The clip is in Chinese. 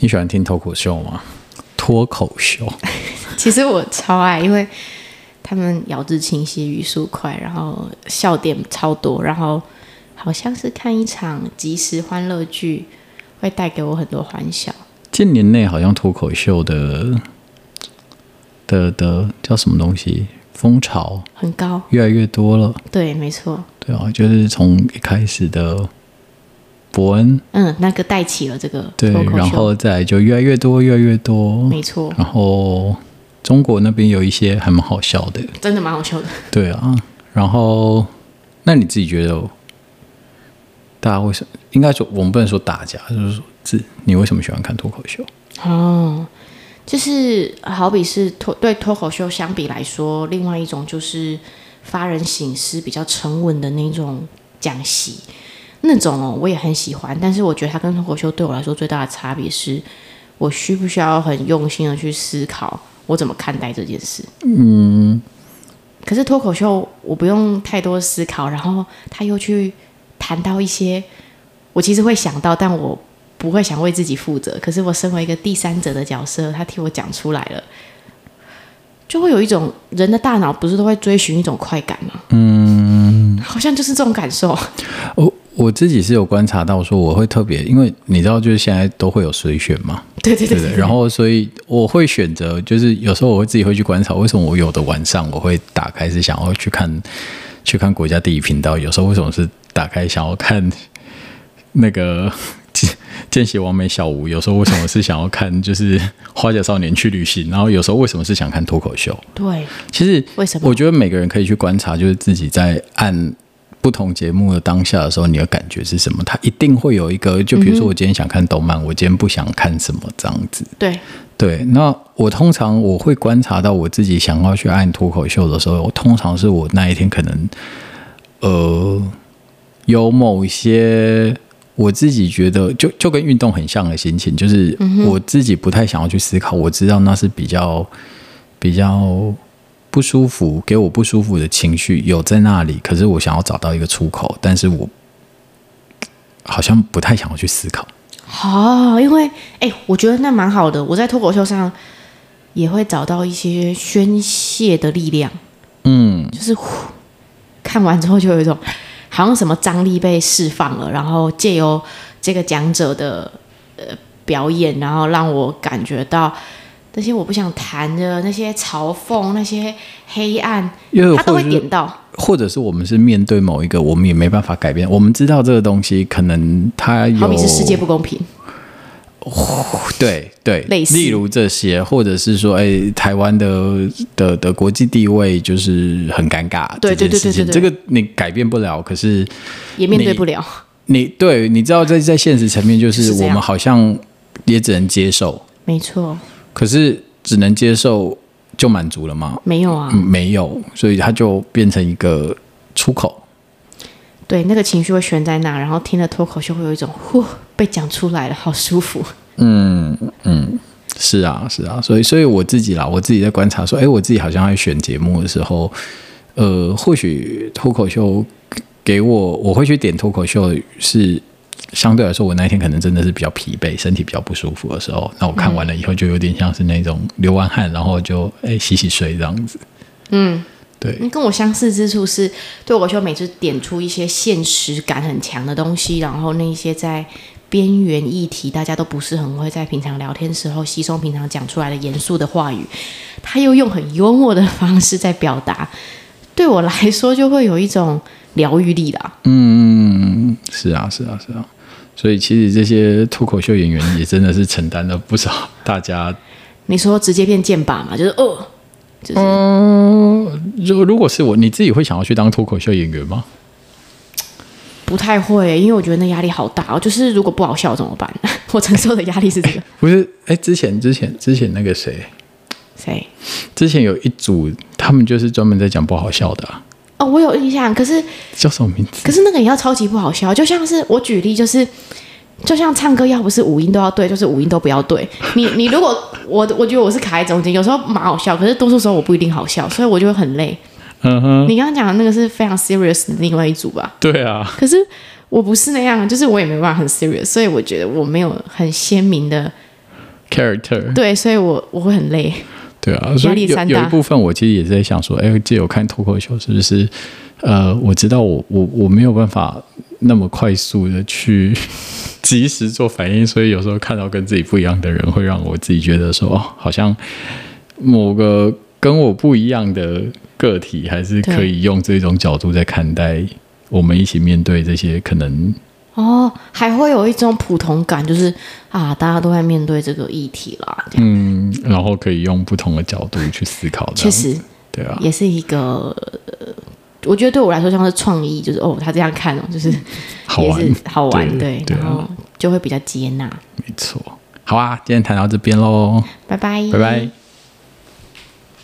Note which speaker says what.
Speaker 1: 你喜欢听脱口秀吗？脱口秀，
Speaker 2: 其实我超爱，因为他们咬字清晰，语速快，然后笑点超多，然后好像是看一场即时欢乐剧，会带给我很多欢笑。
Speaker 1: 近年内好像脱口秀的的的叫什么东西风潮
Speaker 2: 很高，
Speaker 1: 越来越多了。
Speaker 2: 对，没错，
Speaker 1: 对啊，就是从一开始的伯恩，
Speaker 2: 嗯，那个带起了这个
Speaker 1: 对
Speaker 2: 脱，口
Speaker 1: 然
Speaker 2: 秀，
Speaker 1: 后再来就越来越多，越来越多。
Speaker 2: 没错，
Speaker 1: 然后中国那边有一些还蛮好笑的，
Speaker 2: 真的蛮好笑的。
Speaker 1: 对啊。然后，那你自己觉得，大家为什么？应该说我们不能说大家，就是说自你为什么喜欢看脱口秀？
Speaker 2: 哦，就是好比是脱对脱口秀相比来说，另外一种就是发人省思、比较沉稳的那种讲席，那种哦，我也很喜欢。但是我觉得它跟脱口秀对我来说最大的差别是，我需不需要很用心的去思考我怎么看待这件事。嗯。可是脱口秀我不用太多思考，然后他又去谈到一些我其实会想到，但我不会想为自己负责，可是我身为一个第三者的角色，他替我讲出来了，就会有一种人的大脑不是都会追寻一种快感吗？嗯，好像就是这种感受。
Speaker 1: 我哦我自己是有观察到，说我会特别，因为你知道，就是现在都会有随选嘛，
Speaker 2: 对对
Speaker 1: 对
Speaker 2: 对
Speaker 1: 不对？然后，所以我会选择，就是有时候我会自己会去观察，为什么我有的晚上我会打开是想要去看去看国家地理频道，有时候为什么是打开想要看 那个见见习完美小吴，有时候为什么是想要看就是花甲少年去旅行，然后有时候为什么是想看脱口秀？
Speaker 2: 对，
Speaker 1: 其实
Speaker 2: 为什么
Speaker 1: 我觉得每个人可以去观察，就是自己在按不同节目的当下的时候，你的感觉是什么？它一定会有一个，就比如说
Speaker 2: 嗯
Speaker 1: 我今天想看动漫，我今天不想看什么这样子。
Speaker 2: 对，
Speaker 1: 对，那我通常我会观察到我自己想要去按脱口秀的时候，我通常是我那一天可能呃有某一些我自己觉得就就跟运动很像的心情，就是我自己不太想要去思考，我知道那是比较比较。不舒服，给我不舒服的情绪有在那里，可是我想要找到一个出口，但是我好像不太想要去思考。
Speaker 2: 哦，因为哎、我觉得那蛮好的，我在脱口秀上也会找到一些宣泄的力量。
Speaker 1: 嗯，
Speaker 2: 就是呼看完之后就有一种好像什么张力被释放了，然后借由这个讲者的呃表演，然后让我感觉到那些我不想谈的那些嘲讽、那些黑暗，
Speaker 1: 因为
Speaker 2: 他都
Speaker 1: 或
Speaker 2: 会
Speaker 1: 者是
Speaker 2: 点到。
Speaker 1: 或者是我们是面对某一个我们也没办法改变，我们知道这个东西可能它有，
Speaker 2: 好比是世界不公平，
Speaker 1: 对对，
Speaker 2: 类似
Speaker 1: 例如这些，或者是说，哎，台湾的的的国际地位就是很尴尬，
Speaker 2: 对
Speaker 1: 这件
Speaker 2: 对对对
Speaker 1: 事情
Speaker 2: 对
Speaker 1: 这
Speaker 2: 对
Speaker 1: 个你改变不了，可是
Speaker 2: 也面对不了。
Speaker 1: 你对你知道在在现实层面，就
Speaker 2: 就是
Speaker 1: 是
Speaker 2: 这
Speaker 1: 我
Speaker 2: 样
Speaker 1: 们好像也只能接受，
Speaker 2: 没错，
Speaker 1: 可是只能接受就满足了吗？
Speaker 2: 没有啊，
Speaker 1: 嗯没有，所以它就变成一个出口。
Speaker 2: 对，那个情绪会悬在那，然后听了脱口秀会有一种呼被讲出来了，好舒 服。
Speaker 1: 是啊，是啊，所以所以我自己啦，我自己在观察说，哎，我自己好像在选节目的时候，呃，或许脱口秀给给我，我会去点脱口秀是。相对来说，我那一天可能真的是比较疲惫，身体比较不舒服的时候，那我看完了以后就有点像是那种流完汗，然后就哎、洗洗睡这样子。嗯，对，
Speaker 2: 跟我相似之处是，脱口秀每次点出一些现实感很强的东西，然后那一些在边缘议题，大家都不是很会在平常聊天时候吸收平常讲出来的严肃的话语，他又用很幽默的方式在表达，对我来说就会有一种疗愈力啦。
Speaker 1: 嗯，是啊，是啊，是啊。所以其实这些脱口秀演员也真的是承担了不少大家
Speaker 2: 你说直接变剑拔嘛，就是哦，就是、
Speaker 1: 如如果是我，你自己会想要去当脱口秀演员吗？
Speaker 2: 不太会，因为我觉得那压力好大哦。就是如果不好笑怎么办？ 我承受的压力是 这个。
Speaker 1: 不是，哎，之前之前之前那个谁，
Speaker 2: 谁？
Speaker 1: 之前有一组，他们就是专门在讲不好笑的、啊，
Speaker 2: 哦，我有印象，可是
Speaker 1: 叫什么名字？
Speaker 2: 可是那个也要超级不好笑，就像是我举例，就是就像唱歌，要不是五音都要对，就是五音都不要对。你你如果我我觉得我是卡在中间，有时候蛮好笑，可是多数时候我不一定好笑，所以我就会很累。
Speaker 1: 嗯哼，
Speaker 2: 你刚刚讲的那个是非常 serious 的另外一组吧？
Speaker 1: 对啊，
Speaker 2: 可啊是我不是那样，就是我也没办法很 serious，所以我觉得我没有很鲜明的
Speaker 1: character。
Speaker 2: 对，所以我我会很累。
Speaker 1: 对啊，所以
Speaker 2: 力
Speaker 1: 有
Speaker 2: 山
Speaker 1: 有一
Speaker 2: 大
Speaker 1: 部分我其实也是在想说，哎，借由看脱口秀是不是？呃，我知道我我我没有办法那么快速的去 及时做反应，所以有时候看到跟自己不一样的人，会让我自己觉得说，哦，好像某个跟我不一样的个体，还是可以用这种角度在看待我们一起面对这些可能
Speaker 2: 哦，还会有一种普通感，就是啊，大家都在面对这个议题啦。这样
Speaker 1: 嗯，然后可以用不同的角度去思考的，
Speaker 2: 确实
Speaker 1: 对啊，
Speaker 2: 也是一个，呃我觉得对我来说像是创意，就是哦，他这样看哦，就是
Speaker 1: 嗯好玩
Speaker 2: 也是好玩，
Speaker 1: 对
Speaker 2: 对，
Speaker 1: 对啊
Speaker 2: 然后就会比较接纳。
Speaker 1: 没错。好啊，今天谈到这边喽。
Speaker 2: 拜拜，
Speaker 1: 拜拜。